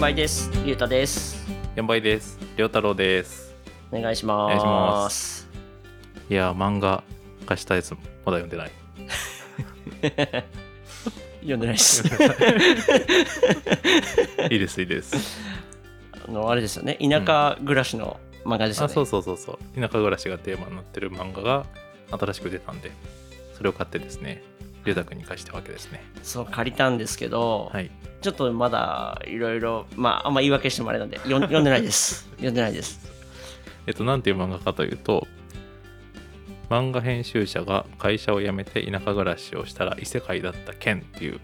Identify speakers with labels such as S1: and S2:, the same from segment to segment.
S1: 倍です。ゆうたです。
S2: 4倍です。良太郎です。
S1: お願いします。
S2: お願いしますいやー、漫画貸したやつ、まだ読んでない。
S1: 読んでない です。
S2: いいです、いいです。
S1: あの、あれですよね。田舎暮らしの漫画ですよ
S2: あ、
S1: ね。
S2: そうそうそうそう。田舎暮らしがテーマになってる漫画が新しく出たんで、それを買ってですね、りゅうたくんに貸したわけですね。
S1: そう借りたんですけど、
S2: はい。
S1: ちょっとまだいろいろ、まあ、あんま言い訳してもあれなんで、よん読んでない です。読んでないです。
S2: えっと、なんていう漫画かというと、漫画編集者が会社を辞めて田舎暮らしをしたら異世界だった剣っていう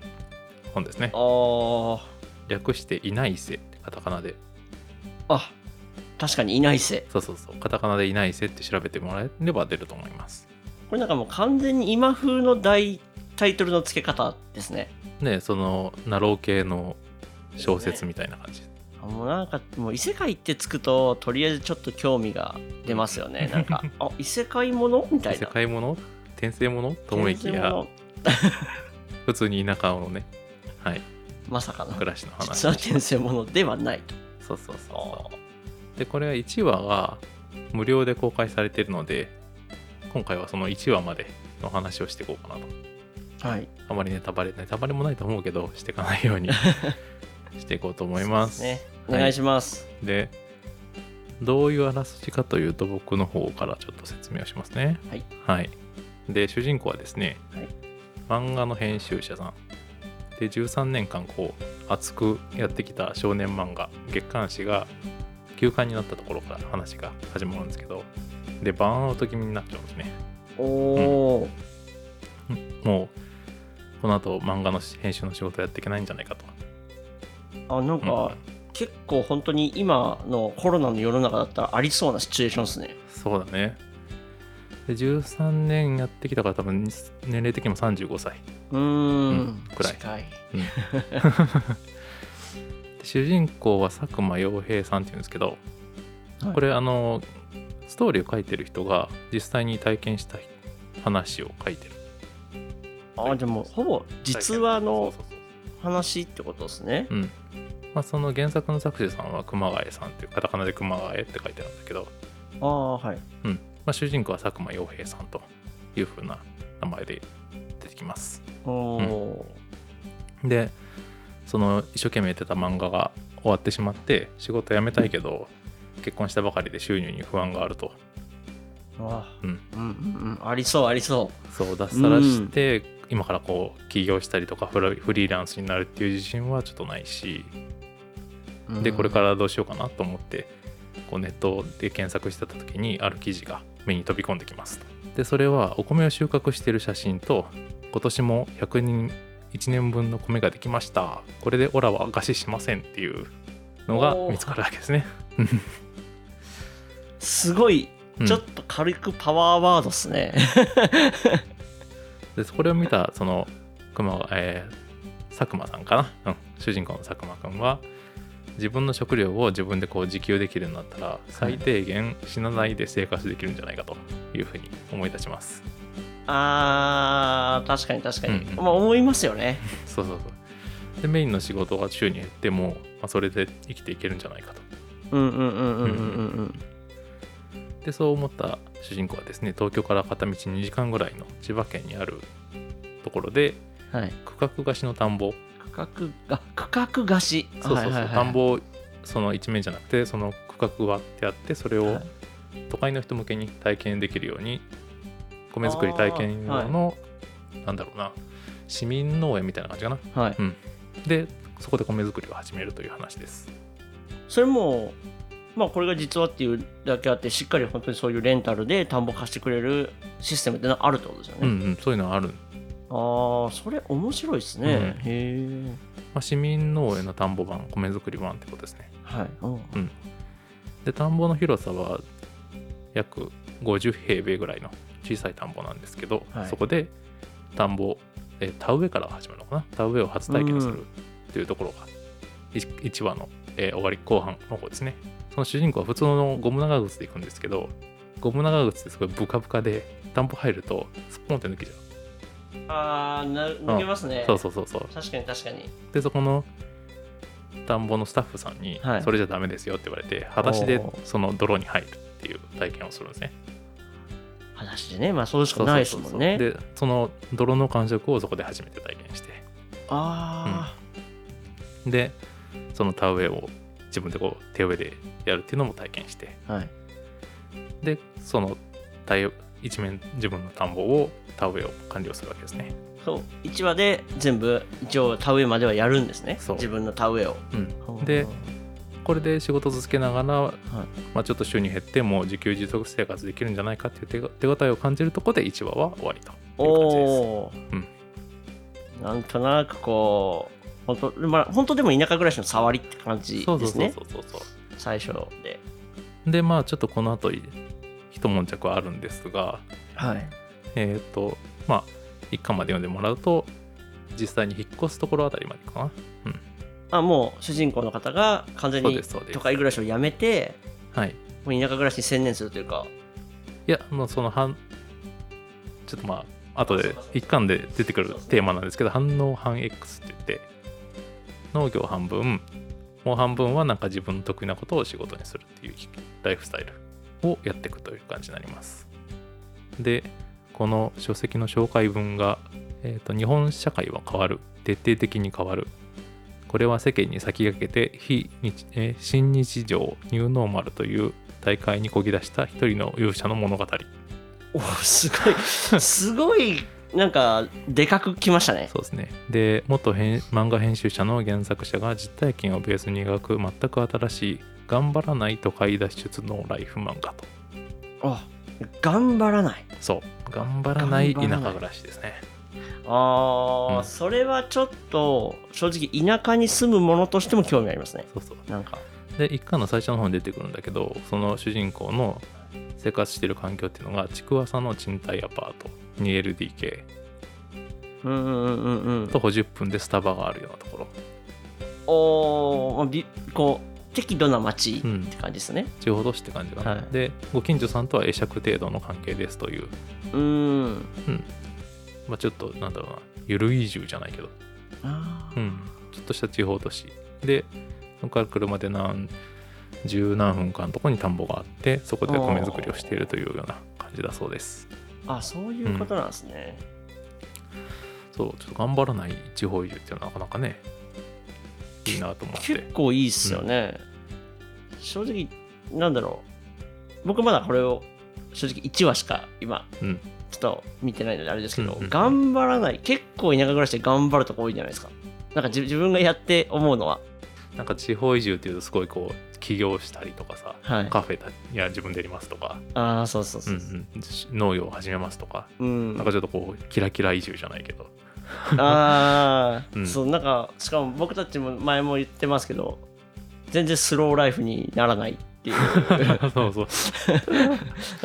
S2: 本ですね。
S1: おー、
S2: 略していない世ってカタカナで。
S1: あ確かにいないせ。
S2: そうそうそう。カタカナでいない世って調べてもらえれば出ると思います。
S1: これなんかもう完全に今風の大タイトルの付け方ですね。
S2: ねそのナロー系の小説みたいな感じ、
S1: もうなんかもう異世界ってつくととりあえずちょっと興味が出ますよねなん かあ異世界ものみた
S2: 異
S1: い
S2: 世
S1: な
S2: 界もの転生ものと思いき
S1: 全然も
S2: や
S1: の
S2: 普通に田舎のねはい
S1: まさかの
S2: 暮らしの話
S1: 実は転生ものではないと
S2: そうそうそうでこれは1話が無料で公開されてるので今回はその1話までの話をしていこうかなと
S1: はい
S2: あまりネタバレネタバレもないと思うけどしていかないよ うにしていこうと思います
S1: ねお願いします
S2: でどういうあらすじかというと僕の方からちょっと説明をしますね
S1: はい、
S2: で主人公はですね、
S1: はい
S2: 漫画の編集者さんで13年間こう熱くやってきた少年漫画月刊誌が休刊になったところから話が始まるんですけどでバーンアウト気味になっちゃうんですね
S1: おおー、
S2: もうこの後漫画の編集の仕事やっていけないんじゃないかと
S1: あなんか、結構本当に今のコロナの世の中だったらありそうなシチュエーションですね
S2: そうだね。で13年やってきたから多分年齢的にも35歳。
S1: うーん、
S2: うんくらい
S1: 近い
S2: で主人公は佐久間洋平さんっていうんですけど、
S1: はい
S2: これあのストーリーを書いてる人が実際に体験した話を書いてる。
S1: あでもほぼ実話の
S2: そうそう
S1: 話ってことですね
S2: そう。うん。まあその原作の作者さんは熊谷さんっていうカタカナで熊谷って書いてあるんだけど、
S1: ああはい
S2: うん。まあ主人公は佐久間洋平さんという風な名前で出てきます。
S1: おお
S2: でその一生懸命やってた漫画が終わってしまって仕事辞めたいけど結婚したばかりで収入に不安があると
S1: ー、あー
S2: うん
S1: うんうんうんありそうありそう
S2: そう脱サラして、今からこう起業したりとかフラフリーランスになるっていう自信はちょっとないしでこれかららどうしようかなと思ってこうネットで検索してた時にある記事が目に飛び込んできますとでそれはお米を収穫している写真と今年も100人1年分の米ができましたこれでオラは餓死しませんっていうのが
S1: おー
S2: 見つかるわけですね、
S1: すごい
S2: うん
S1: ちょっと軽くパワーワードっすね、
S2: でこれを見たその熊が、えー佐久間さんかな、うん、主人公の佐久間くんは自分の食料を自分でこう自給できるようになったら最低限死なないで生活できるんじゃないかというふうに思い出します
S1: あー確かに確かに、
S2: うんうん
S1: まあ思いますよね
S2: そうそうそう。で、メインの仕事が週に減っても、まあ、それで生きていけるんじゃないかと。
S1: うんうんうんうんうんうん
S2: で、そう思った主人公はですね、東京から片道2時間ぐらいの千葉県にあるところで、
S1: うんはい
S2: 区画貸しの田んぼ、
S1: 区画が区画貸し
S2: そうそうそう、
S1: はいはいはい
S2: 田んぼをその一面じゃなくて、その区画割ってあって、それ
S1: は
S2: を
S1: い
S2: 都会の人向けに体験できるように、米作り体験用の、なんだろうな、市民農園みたいな感じかな。
S1: はい
S2: で、そこで米作りを始めるという話です。
S1: それもまあこれが実はっていうだけあってしっかり本当にそういうレンタルで田んぼ貸してくれるシステムってのはあるってことですよ
S2: う
S1: ね、
S2: んうん、そういうのある
S1: ああそれ面白いですね、
S2: うん
S1: へえ
S2: まあ、市民農園の田んぼ版米作り版ってことですね
S1: はい、うん
S2: で田んぼの広さは約50平米ぐらいの小さい田んぼなんですけど、
S1: はい
S2: そこで田んぼえー田植えから始まるのかな田植えを初体験するというところが 1, 話の、えー終わり後半の方ですねその主人公は普通のゴム長靴で行くんですけどゴム長靴ってすごいブカブカで田んぼ入るとスポンって抜けちゃう
S1: ああ抜けますね、
S2: そうそうそうそう
S1: 確かに確かに
S2: でそこの田んぼのスタッフさんに
S1: はい
S2: それじゃダメですよって言われて裸足で
S1: おー
S2: その泥に入るっていう体験をするんですね。
S1: 話でねまあそうしかないです
S2: そうそ
S1: も
S2: うんそう
S1: ね
S2: でその泥の感触をそこで初めて体験して
S1: あ
S2: でその田植えを自分でこう手植えでやるっていうのも体験して
S1: あ、はい
S2: でその田植え一面自分の田んぼを田植えを完了するわけですね。
S1: そう1話で全部一応田植えまではやるんですね
S2: そう
S1: 自分の田植えを
S2: うん、でこれで仕事続けながら、まあ、ちょっと収入減っても自給自足生活できるんじゃないかっていう手が手応えを感じるところで1話は終わりという感じです。
S1: おお、なんとなくこう本当まあ本当でも田舎暮らしの触りって感じ
S2: そうそ
S1: で
S2: う
S1: す
S2: そう
S1: ね
S2: そうそうそう
S1: 最初で
S2: でまあちょっとこの後一悶着はあるんですが
S1: はい
S2: えっ、とまあ一巻まで読んでもらうと実際に引っ越すところあたりまでかな
S1: あもう主人公の方が完全
S2: そう
S1: に
S2: ですそうです
S1: 都会暮らしをやめて
S2: はい
S1: もう田舎暮らしに専念するというか
S2: いやもうその半ちょっとまあ後
S1: そう
S2: で
S1: かそうか
S2: 一巻で出てくるテーマなんですけど反応半 X って言って農業半分もう半分はなんか自分の得意なことを仕事にするっていうライフスタイルをやっていくという感じになりますでこの書籍の紹介文が、えーと「日本社会は変わる徹底的に変わる」これは世間に先駆けて非日、えー新日常ニューノーマルという大会にこぎ出した一人の勇者の物語
S1: おーすごい すごいなんかでかくきましたね
S2: そうですねで元編漫画編集者の原作者が実体験をベースに描く全く新しい頑張らない都会脱出のライフ漫画と
S1: あ頑張らない
S2: そう頑張らない田
S1: 頑張ら
S2: 舎
S1: ない
S2: 暮らしですね
S1: あー、
S2: うん
S1: それはちょっと正直田舎に住むものとしても興味ありますね
S2: そうそう
S1: なんか
S2: で一巻の最初の方に出てくるんだけどその主人公の生活してる環境っていうのが築浅の賃貸アパート 2LDK
S1: うんうんうんうんうん
S2: 徒歩10分でスタバがあるようなところ
S1: おーまあびこう適度な街って
S2: うん
S1: 感じですね
S2: 地方都市って感じかな、
S1: はい
S2: でご近所さんとは会釈程度の関係ですという、
S1: うん
S2: まあ、ちょっとなんだろうなゆるい移住じゃないけど
S1: あ
S2: うん、ちょっとした地方都市でそこから車で何十何分間のとこに田んぼがあってそこで米作りをしているというような感じだそうです
S1: あそういうことなんですね、
S2: そうちょっと頑張らない地方移住っていうのはなかなかねいいなと思って
S1: 結構いいっすよね、正直なんだろう僕まだこれを正直1話しか今
S2: うん
S1: ちょっと見てないのであれですけど、
S2: うんうん
S1: 頑張らない結構田舎暮らしで頑張るとこ多いじゃないですかなんか自自分がやって思うのは
S2: なんか地方移住っていうとすごいこう起業したりとかさ
S1: はい
S2: カフェだいや自分でやりますとか、
S1: ああそうそう
S2: う
S1: そ
S2: ん
S1: う
S2: う、
S1: そうん
S2: 農業を始めますとか
S1: うん
S2: なんかちょっとこうキラキラ移住じゃないけ ど
S1: ああ、
S2: うん
S1: そうなんかしかも僕たちも前も言ってますけど全然スローライフにならない っていうなんか
S2: そうそう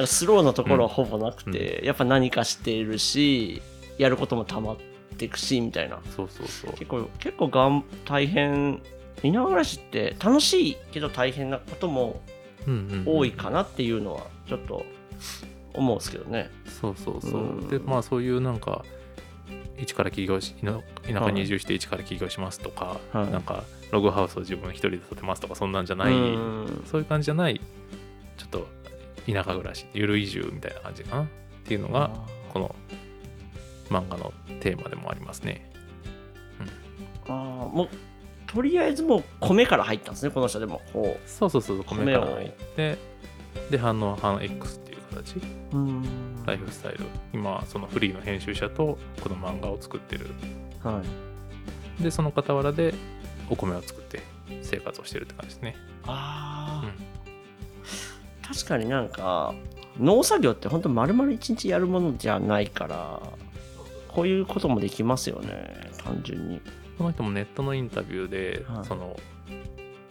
S1: スローのところはほぼなくて、やっぱ何かしてるしやることもたまっていくしみたいな
S2: そうそうそう
S1: 結構結構がん大変田舎暮らしって楽しいけど大変なことも
S2: うんうん
S1: 多いかなっていうのはちょっと思うんですけどね
S2: そうそうそう、
S1: うん
S2: でまあそういうなんか一から起業し田田舎に移住して一から起業しますとか、
S1: はい
S2: なんかログハウスを自分一人で建てますとかそんなんじゃない、
S1: うん
S2: そういう感じじゃないちょっと田舎暮らしゆる移住みたいな感じかなっていうのがこの漫画のテーマでもありますね
S1: あーもうとりあえずもう米から入ったんですねこの人でもこ
S2: そうそうそう米
S1: 米
S2: か
S1: を
S2: ら入ってで反応反 X っていう形
S1: う
S2: ライフスタイル今そのフリーの編集者とこの漫画を作ってる
S1: はい
S2: でその傍らでお米を作って生活をしてるって感じですね
S1: あー、確かになんか農作業って本当丸々一日やるものじゃないからこういうこともできますよね単純に
S2: この人もネットのインタビューで、
S1: はい
S2: その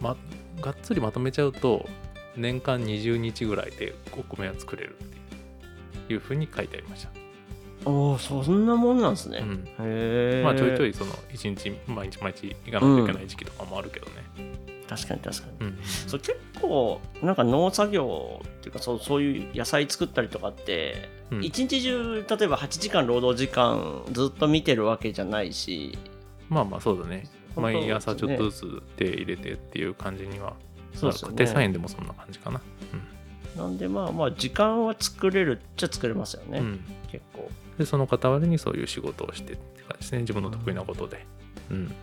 S2: まがっつりまとめちゃうと年間20日ぐらいでお米を作れるっていうふうに書いてありました、
S1: おおそんなもんなんですね、
S2: うん
S1: へえ
S2: まあちょいちょいその一日毎日毎日行かなきゃいけない時期とかもあるけどね、
S1: 確かに確かに
S2: うん
S1: そう結構なんか農作業っていうかそうそういう野菜作ったりとかって
S2: うん
S1: 一日中例えば8時間労働時間ずっと見てるわけじゃないし
S2: まあまあそうだね
S1: 本当
S2: 毎朝ちょっと
S1: ね
S2: ずつ手入れてっていう感じには
S1: そう
S2: な
S1: ですよ
S2: る
S1: ね
S2: デザインでもそんな感じかな。
S1: なんでまあまあ時間は作れるっちゃ作れますよね、
S2: うん
S1: 結構
S2: でその傍らにそういう仕事をしてって感じですね自分の得意なことで、うん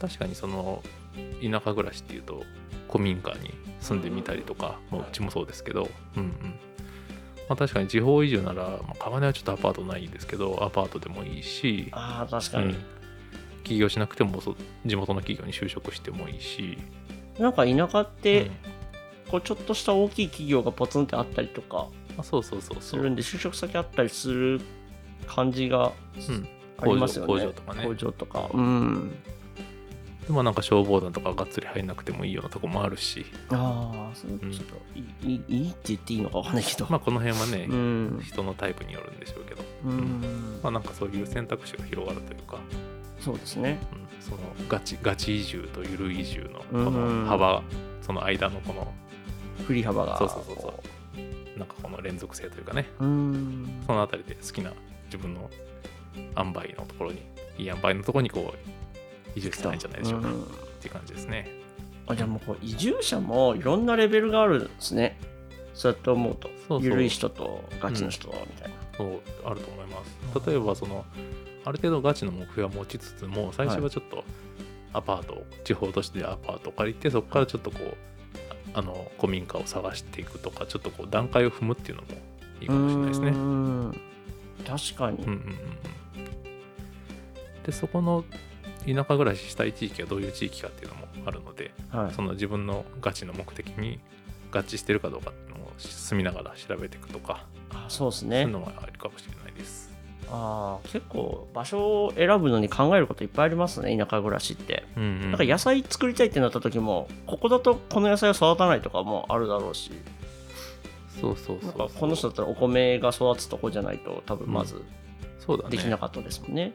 S2: 確かにその田舎暮らしっていうと古民家に住んでみたりとか、
S1: うん
S2: まあ、うちもそうですけど、うんうんまあ、確かに地方移住なら、まあ、川根はちょっとアパートないですけどアパートでもいいし、
S1: ああ確
S2: う
S1: かに
S2: ん、、起業しなくてもそう地元の企業に就職してもいいし
S1: なんか田舎っ
S2: うん
S1: てこうちょっとした大きい企業がポツンってあったりとか
S2: まあ、そうそうそう
S1: す
S2: そう、
S1: るんで就職先あったりする感じが
S2: うん、
S1: ありますよね
S2: 工場とかね
S1: 工場とかうん
S2: でもなんか消防団とかがっつり入んなくてもいいようなとこもあるし
S1: ああそれちょっといい,、いいいって言っていいのかわかんないけど、
S2: まあこの辺はね、
S1: うん、
S2: 人のタイプによるんでしょうけど、
S1: うん、
S2: まあ、なんかそういう選択肢が広がるというか、
S1: そうですね
S2: うんそのガチガチ移住とゆる移住のこ
S1: うん
S2: の幅、その間のこの
S1: 振り幅が
S2: そうそうそうそうなんかこの連続性というかね
S1: ううん
S2: その辺りで好きな自分の塩梅のところにいい塩梅のところにこう移住してないんじゃないでしょうか、
S1: う
S2: っ
S1: ん
S2: ていう感じですね。
S1: あじゃあもうこう移住者もいろんなレベルがあるんですねそうやって思うと
S2: そうそう
S1: 緩い人とガチの人とみたいな、
S2: そうあると思います例えばそのある程度ガチの目標は持ちつつも最初はちょっとアパート、地方都市でアパートを借りてそこからちょっとこうああの古民家を探していくとかちょっとこう段階を踏むっていうのもいいかもしれないですね
S1: うーん確かに、
S2: うんうんうんうんでそこの田舎暮らししたい地域はどういう地域かっていうのもあるので
S1: はい
S2: その自分のガチの目的に合致してるかどうかっていうのを住みながら調べていくとか
S1: あそうです
S2: そうい
S1: ね
S2: うのはあるかもしれないです
S1: あー結構場所を選ぶのに考えることいっぱいありますね田舎暮らしって
S2: うんうん
S1: なんか野菜作りたいってなった時もここだとこの野菜を育たないとかもあるだろうし
S2: そうそう
S1: なん
S2: そうそう
S1: かこの人だったらお米が育つとこじゃないと多分まず
S2: そうだね
S1: できなかったですもんね、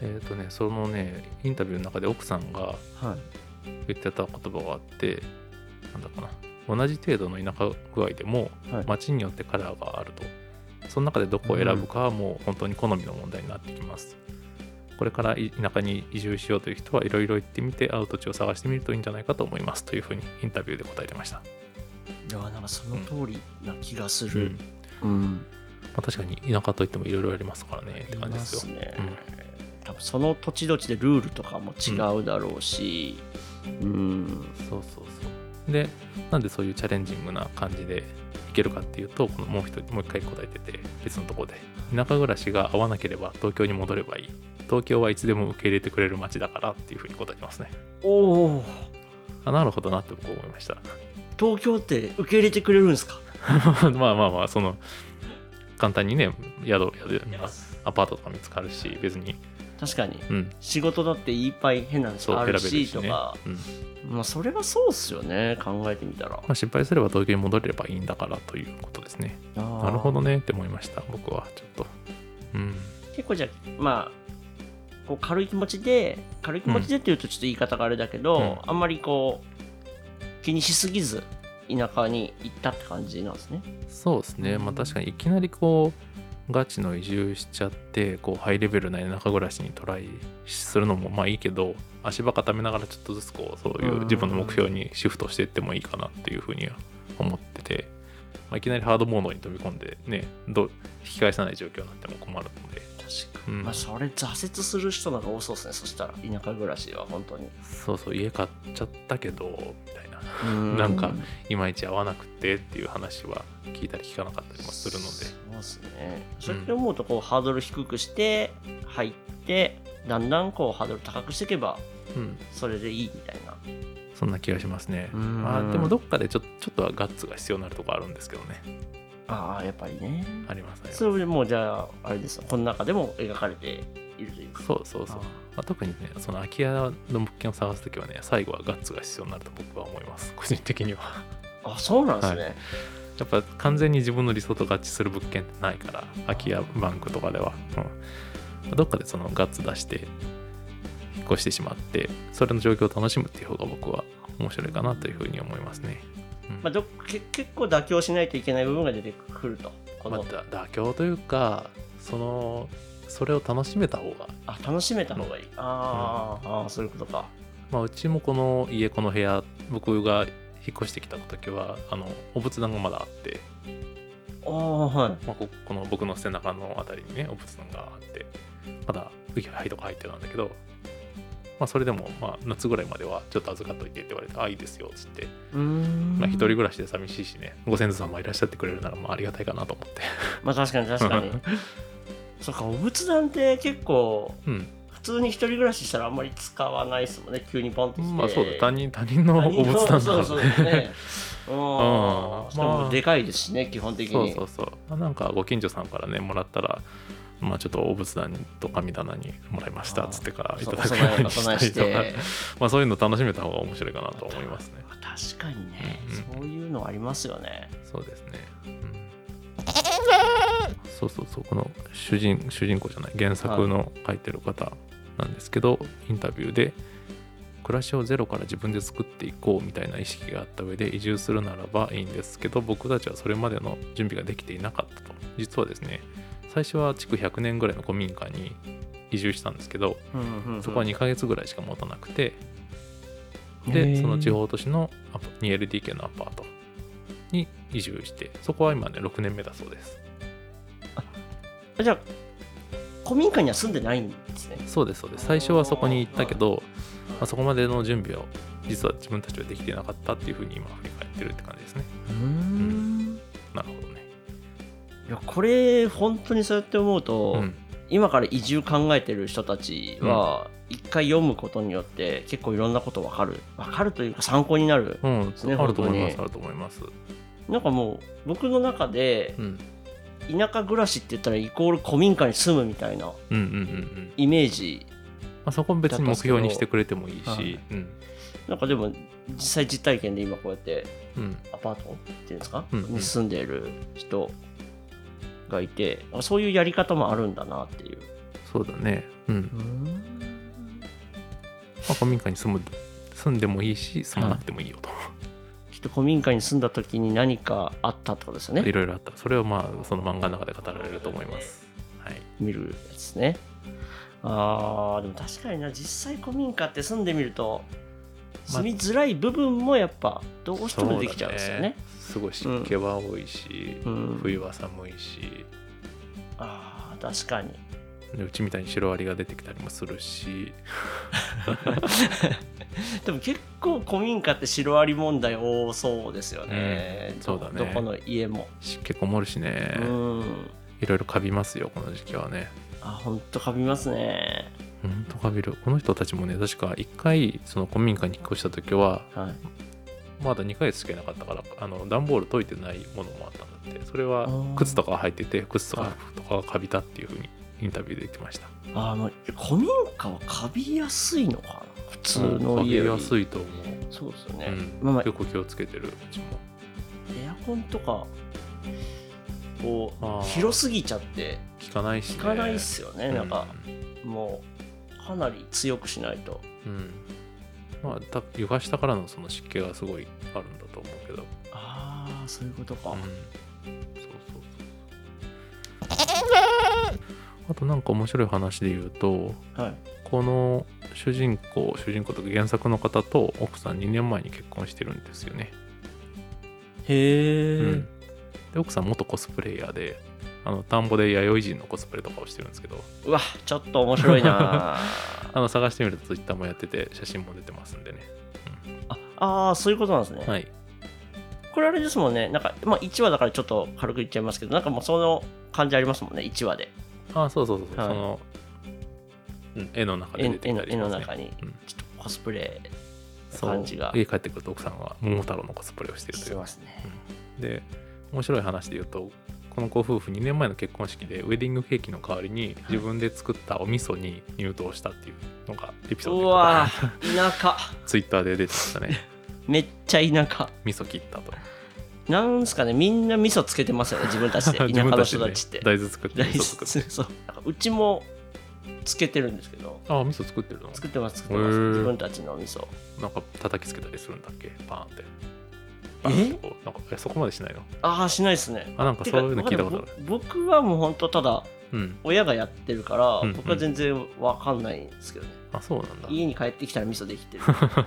S2: えっ、とねそのねインタビューの中で奥さんが
S1: はい
S2: 言ってた言葉があってなんだかな同じ程度の田舎具合でも
S1: はい
S2: 町によってカラーがあるとその中でどこを選ぶかはもう本当に好みの問題になってきます、これからい田舎に移住しようという人はいろいろ行ってみて合う土地を探してみるといいんじゃないかと思いますというふうにインタビューで答えてました、
S1: いやなんかその通りな気がす
S2: うん
S1: る
S2: ま、
S1: うん、
S2: あ、確かに田舎といってもいろいろありますからねって
S1: い
S2: 感じ
S1: ま
S2: です
S1: す
S2: よ
S1: ね、
S2: うん
S1: 多分その土地土地でルールとかも違うだろうし、うん、
S2: そうそうそうでなんでそういうチャレンジングな感じでいけるかっていうとこのもう一人もう一回答えてて別のとこで田舎暮らしが合わなければ東京に戻ればいい東京はいつでも受け入れてくれる街だからっていうふうに答えてますね
S1: おお
S2: あなるほどなって僕思いました
S1: 東京って受け入れてくれるんですか
S2: まあまあまあその簡単にね宿宿アパートとか見つかるし別に
S1: 確かに
S2: うん
S1: 仕事だっていっぱい変な
S2: そう
S1: のあ
S2: 選べ
S1: る
S2: る
S1: し
S2: し
S1: と
S2: ね、
S1: か、
S2: うんま
S1: まあ、それがそうっすよね考えてみたら
S2: あ、失敗すれば東京に戻ればいいんだからということですねな
S1: な
S2: るほどねって思いました僕はちょっとうん
S1: 結構じゃあまあこう軽い気持ちで軽い気持ちでっていうとちょっと言い方があれだけど、
S2: う
S1: あんまりこう気にしすぎず田舎に行ったって感じなんですね。
S2: そうですね、ま
S1: う
S2: あ、
S1: ん
S2: 確かにいきなりこうガチの移住しちゃってこうハイレベルな田舎暮らしにトライするのもまあいいけど足場固めながらちょっとずつこうそういう自分の目標にシフトしていってもいいかなっていうふうには思ってて、まあ、いきなりハードモードに飛び込んでねどう引き返さない状況になっても困るので、
S1: 確
S2: かに
S1: まあ、それ挫折する人なんか多そうですねそしたら田舎暮らしは本当に。
S2: そうそう家買っちゃったけどみ たいな
S1: な
S2: なんかいまいち合わなくてっていう話は聞いたり聞かなかったりもするので。
S1: そうですね。そうやって思うとこうハードル低くして入ってだんだんこうハードル高くしていけば
S2: うん
S1: それでいいみたいな。
S2: そんな気がしますね。
S1: うん
S2: まあ、でもどっかでちょちょっとはガッツが必要になるとこあるんですけどね。
S1: ああやっぱりね。
S2: ありますね。
S1: それでもうじゃああれですよこの中でも描かれているというか。
S2: そうそうそう。
S1: あ
S2: まあ、特にね、その空き家の物件を探すときはね、最後はガッツが必要になると僕は思います。個人的には。
S1: あそうなんですね。
S2: やっぱ完全に自分の理想と合致する物件ってないから、空き家バンクとかでは。うんまあどっかでそのガッツ出して、引っ越してしまって、それの状況を楽しむっていう方が僕は面白いかなというふうに思いますね。うん
S1: まあ、どけ結構妥協しないといけない部分が出てくると。こ
S2: まあ、
S1: の
S2: だ妥協というかそのそれを楽しめた方が、
S1: あ楽しめた方がいいあー、あーそういうことか
S2: まあ、うちもこの家この部屋僕が引っ越してきた時はあのお仏壇がまだあって、
S1: ああはい
S2: まあ、ここの僕の背中のあたりにねお仏壇があってまだウキハイとか入ってたんだけど、まあ、それでも、まあ、夏ぐらいまではちょっと預かっといてって言われてあいいですよっつって、
S1: うーん
S2: まあ、一人暮らしで寂しいしねご先祖様いらっしゃってくれるならまあありがたいかなと思って
S1: まあ確かに確かにそっかお仏壇って結構
S2: うん
S1: 普通に一人暮らししたらあんまり使わないですもんね急にポンってきて
S2: まあそうだ他人他人
S1: 他
S2: の
S1: 人
S2: お仏壇だから
S1: そうそうですねうん
S2: まあ
S1: しかもでかいですしね基本的に
S2: そうそうそうまあなんかご近所さんからねもらったらまあちょっとお仏壇と神棚にもらいましたっつってからいただく
S1: そ
S2: よう
S1: 備え
S2: に
S1: 備え
S2: し
S1: した
S2: りとか
S1: て
S2: まあそういうの楽しめた方が面白いかなと思いますね
S1: 確かにね、
S2: うん
S1: そういうのありますよね
S2: そうですね、うん、そうそうそうこの主人主人公じゃない原作の書いてる方なんですけど、インタビューで暮らしをゼロから自分で作っていこうみたいな意識があった上で移住するならばいいんですけど僕たちはそれまでの準備ができていなかったと実はですね最初は築100年ぐらいの古民家に移住したんですけどそこは2ヶ月ぐらいしか持たなくてでその地方都市のアパ 2LDK のアパートに移住してそこは今ね6年目だそうです
S1: じゃあ古民家には住んでないんですね
S2: そうですそうです最初はそこに行ったけど、まあ、そこまでの準備を実は自分たちはできてなかったっていうふうに今振り返ってるって感じですね
S1: うん
S2: なるほどね
S1: いやこれ本当にそうやって思うと、
S2: うん
S1: 今から移住考えてる人たちは一回読むことによって結構いろんなこと分かる分かるというか参考になる
S2: うん、
S1: ね
S2: あると思い
S1: 本
S2: ま
S1: 当
S2: す
S1: に
S2: あると思います
S1: なんかもう僕の中で
S2: うん
S1: 田舎暮らしって言ったらイコール古民家に住むみたいな
S2: うんうんうんうん、
S1: イメージ
S2: まあ、そこも別に目標にしてくれてもいいし、
S1: はい
S2: うん
S1: なんかでも実際実体験で今こうやって
S2: うん
S1: アパートっていうんですか、
S2: うんうん
S1: に住んでいる人がいてあそういうやり方もあるんだなっていう。
S2: そうだねうんまあ、古民家に住む住んでもいいし住まなくてもいいよと、
S1: きっと古民家に住んだ時に何かあったってことですよ
S2: い
S1: ね
S2: ろいろあったそれをまあその漫画の中で語られると思いますはい
S1: 見るやつねあーでも確かにな実際古民家って住んでみると
S2: ま
S1: 住みづらい部分もやっぱどうしてもできちゃうんですよね,、
S2: そうだすごい湿気は多いし、
S1: うん
S2: 冬は寒いし
S1: ああ確かに
S2: でうちみたいにシロアリが出てきたりもするし
S1: でも結構古民家ってシロアリ問題多そうですよね、
S2: うんそうだね
S1: どこの家も、
S2: 湿気こもるしね、
S1: うん
S2: いろいろカビますよこの時期はね
S1: あほんとかびますね
S2: ほんとカビるこの人たちもね確か一回その古民家に引っ越した時は
S1: はい
S2: まだ2ヶ月しかいなかったからあの段ボール解いてないものもあったんだってそれは
S1: あー
S2: 靴とか入ってて靴と
S1: は
S2: か
S1: い
S2: 服とかがカビたっていうふうにインタビューで言ってました
S1: あの古民家はかびやすいのかな普通の家
S2: カビ
S1: よ
S2: や
S1: り
S2: すいと思
S1: そうですよ
S2: う、
S1: ね、
S2: うん
S1: まあまあ
S2: 結構気をつけてるうちも
S1: エアコンとかこ
S2: あー
S1: う広すぎちゃって
S2: 効かないし、ね、
S1: 効かないっすよねなんか
S2: うん
S1: もうかなり強くしないと
S2: うん。まあ、た床下からのその湿気がすごいあるんだと思うけど。
S1: ああそういうことか、
S2: うん。そうそうそう。あとなんか面白い話で言うと、
S1: はい
S2: この主人公、主人公というか原作の方と奥さん2年前に結婚してるんですよね。
S1: へえ、
S2: うん。で、奥さん元コスプレイヤーで、あの田んぼで弥生人のコスプレとかをしてるんですけど、
S1: うわちょっと面白いな
S2: あの探してみると Twitter もやってて、写真も出てますんでね。
S1: ああーそういうことなんですね、
S2: はい。
S1: これあれですもんねなんか、まあ、1話だからちょっと軽く言っちゃいますけどなんかもうその感じありますもんね1話で
S2: あ、そうそうそうそう、
S1: はい
S2: その、うん絵の中
S1: 絵
S2: で
S1: の
S2: 出て
S1: 絵
S2: きた
S1: の絵
S2: りしま
S1: の
S2: すね
S1: 中に
S2: うん
S1: ちょっとコスプレ
S2: そう
S1: 感じが
S2: 家帰ってくると奥さんは桃太郎のコスプレをしてると
S1: して
S2: いう
S1: ますね
S2: で面白い話で言うとこのご夫婦2年前の結婚式でウェディングケーキの代わりに自分で作ったお味噌に入刀したっていうのがエピソー
S1: う
S2: ドが
S1: わー田舎
S2: ツイッターで出てましたね
S1: めっちゃ田舎
S2: 味噌切ったと
S1: なんすかねみんな味噌つけてますよね自分たちで田舎
S2: 自分
S1: の
S2: たち
S1: 人
S2: で
S1: た
S2: ね
S1: ちって
S2: 大豆作って
S1: 大豆
S2: 味噌作って
S1: そうなんかうちもつけてるんですけど
S2: ああ味噌作ってるの
S1: 作ってます作ってま
S2: へ
S1: す
S2: ー
S1: 自分たちの味噌
S2: なんか叩きつけたりするんだっけパーンってバーンってこうなんかえそこまでしないの
S1: ああしないですね
S2: あなんか
S1: て
S2: そういうの聞いたことあ
S1: わかんないぼ僕はもう本当ただ
S2: うん
S1: 親がやってるから、
S2: うんうん
S1: 僕は全然わかんないんですけどね、
S2: あそうなんだ
S1: 家に帰ってきたら味噌できてる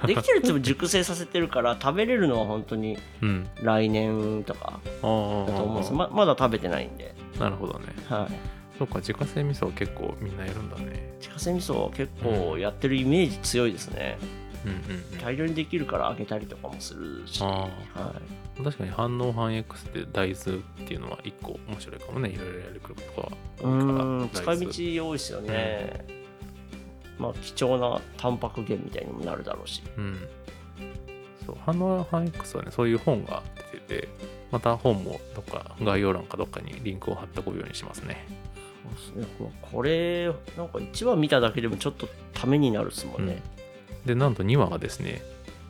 S1: できてるっても熟成させてるから食べれるのは本当に
S2: うん
S1: 来年とか
S2: ああ
S1: だと思うんです
S2: あ
S1: ままだ食べてないんで、
S2: あなるほどね
S1: はい、
S2: そっか自家製味噌は結構みんなやるんだね
S1: 自家製味噌は結構やってるイメージ強いですね、
S2: うんうん、うん、
S1: 大量にできるから揚げたりとかもするし、は
S2: あ
S1: い、
S2: あ確かに反応反 X で大豆っていうのは一個面白いかもねいろいろやることは
S1: うーん使
S2: 大豆
S1: い道多いですよね、まあ貴重なタンパク源みたいにもなるだろうし
S2: うんそう反応反 X はねそういう本が出ててまた本もどっか概要欄かどっかにリンクを貼っておくようにしますね
S1: これなんか1話見ただけでもちょっとためになるっすもんね、
S2: でなんと2話がですね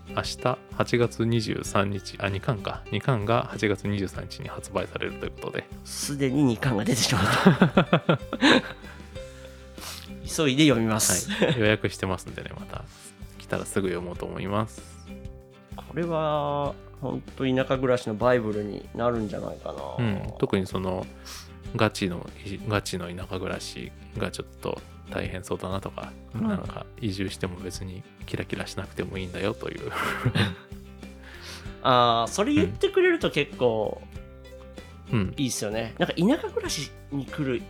S2: 明日8月23日あ2巻か2巻が8月23日に発売されるというこ とです
S1: でに2巻が出てしまった 急いで読みます、
S2: はい、予約してますんでね、また来たらすぐ読もうと思います。
S1: これは本当田舎暮らしのバイブルになるんじゃないかな、
S2: うん、特にそのガチのガチの田舎暮らしがちょっと大変そうだなとか、
S1: うん
S2: なんか移住しても別にキラキラしなくてもいいんだよという。
S1: あーそれ言ってくれると結構
S2: うん、
S1: いいっすよねなんか田舎暮らしに来る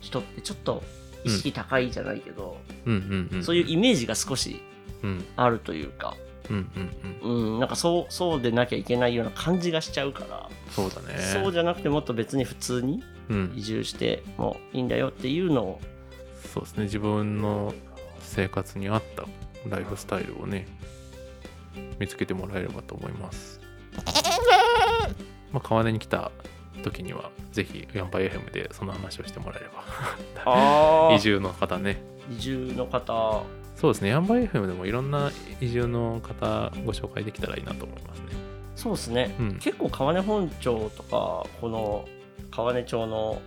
S1: 人ってちょっと意識高いじゃないけど、
S2: うん、うん、うん。
S1: そういうイメージが少し
S2: うん、
S1: あるというか、
S2: うん、うん、うん。
S1: うん、なんかそうそうでなきゃいけないような感じがしちゃうから、
S2: そうだね。
S1: そうじゃなくてもっと別に普通に
S2: うん
S1: 移、住してもいいんだよっていうのを、
S2: そうですね。自分の生活に合ったライフスタイルをね、見つけてもらえればと思い ます。まあ、川根に来た時には、ぜひ、ヤンパイ FM でその話をしてもらえれば。移住の方ね。
S1: 移住の方
S2: そうですね。ヤンパイ FM でもいろんな移住の方、ご紹介できたらいいなと思いますね。
S1: そうですね、
S2: うん
S1: 結構川根本町とかこの川根町の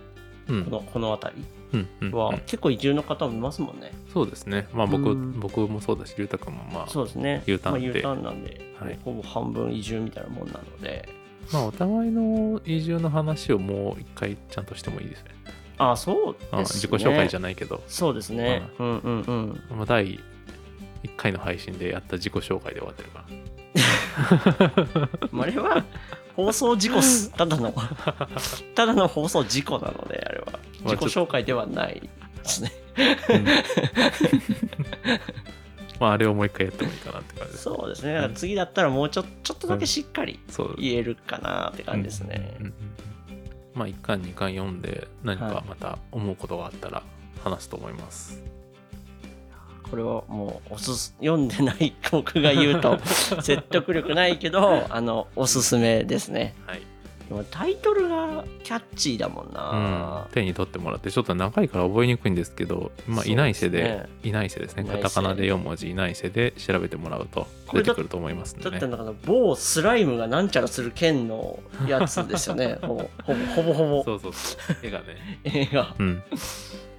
S2: うん
S1: このこの辺り
S2: うんうんう
S1: は
S2: ん、
S1: 結構移住の方もいますもんね、
S2: そうですね。まあ僕、
S1: うん
S2: 僕もそうだし、龍太君もまあ、
S1: そうですね
S2: U ターン
S1: まあ、
S2: で
S1: U ターンなんで、
S2: はい
S1: ほぼ半分移住みたいなもんなので
S2: まあお互いの移住の話をもう一回ちゃんとしてもいいですね。
S1: ああそうです
S2: あ
S1: ね
S2: 自己紹介じゃないけど、
S1: そうですね、うんうんうん
S2: まあ、第1回の配信でやった自己紹介で終わってるから。
S1: まああれ は放送事故っすただの ただの放送事故なのであれは
S2: まあ
S1: 自己紹介ではない ですね
S2: まあ、あれをもう一回やってもいいかなって感じです。
S1: そうですねだから次だったらもうちょちょっとだけしっかり
S2: そう
S1: 言えるかなって感じですね、
S2: うんうんうんまあ、1巻、2巻読んで、何
S1: は
S2: か
S1: い
S2: また思うことがあったら話すと思います。
S1: これはもうおすす読んでない僕が言う と説得力ないけどあのおすすめですね
S2: はい。
S1: でもタイトルがキャッチーだもんな
S2: うん、、手に取ってもらって、ちょっと長いから覚えにくいんですけど、まあ、いないせ
S1: そう
S2: で
S1: です、
S2: いないせですね。
S1: いな
S2: カ
S1: いせ
S2: タカナで4文字、いないせで調べてもらうと
S1: こ
S2: 出
S1: れだ
S2: てくると思いますん
S1: だ
S2: で
S1: って
S2: ね。
S1: なんか某スライムがなんちゃらする剣のやつですよ ねほぼほぼほぼ
S2: そうそうそう。絵が ね。
S1: 映画、
S2: うん。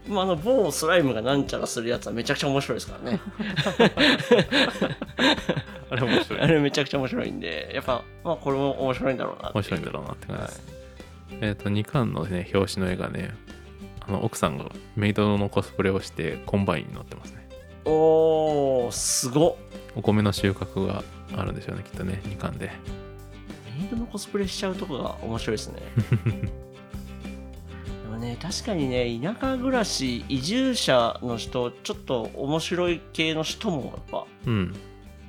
S1: まあ、あの某スライムがなんちゃらするやつはめちゃくちゃ面白いですから ね
S2: あれ面白い
S1: あ。れめちゃくちゃ面白いんでやっぱ、まあ、これも面白いんだろうなって
S2: 面白いんだろうなって感じです、えっ、と2巻のね表紙の絵がねあの奥さんがメイドのコスプレをしてコンバインに乗ってますね
S1: おーすごっ
S2: お米の収穫があるんでしょうねきっとね2巻で
S1: メイドのコスプレしちゃうとこが面白い ですねでもね確かにね田舎暮らし移住者の人ちょっと面白い系の人もやっぱ
S2: うん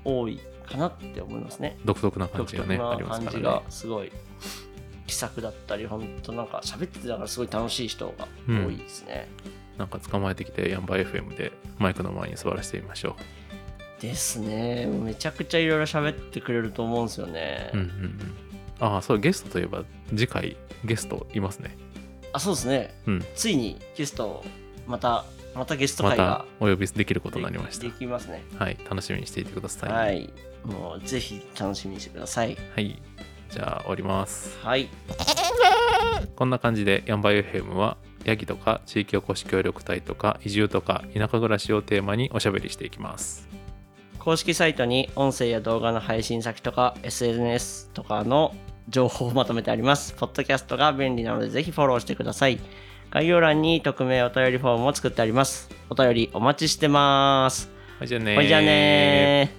S1: 多いかなって思いますね
S2: 独特な感
S1: 独
S2: じが
S1: 特
S2: ねあ
S1: な
S2: ります
S1: 感
S2: か
S1: じ
S2: ら
S1: が
S2: ね
S1: すごい気さくだったり本当なんか喋ってたからすごい楽しい人が多いですね、
S2: なんか捕まえてきてヤンバー FM でマイクの前に座らせてみましょ
S1: ですねめちゃくちゃいろいろ喋ってくれると思うんですよね、
S2: ううんうんうんああそうゲストといえば次回ゲストいますね
S1: あそうですね
S2: うん
S1: ついにゲストをまたまたゲスト
S2: ま
S1: 会
S2: た
S1: が
S2: お呼びできること
S1: で
S2: になりました
S1: できますね
S2: はい楽しみにしていてください
S1: はい、もうぜひ楽しみにしてください
S2: はい、じゃあ終わります
S1: はい
S2: こんな感じでヤンバユヘムはヤギとか地域おこし協力隊とか移住とか田舎暮らしをテーマにおしゃべりしていきます。
S1: 公式サイトに音声や動画の配信先とか SNS とかの情報をまとめてあります。ポッドキャストが便利なのでぜひフォローしてください。概要欄に匿名お便りフォームを作ってあります。お便りお待ちしてます。
S2: はいじゃあねー
S1: ほいじゃあねー。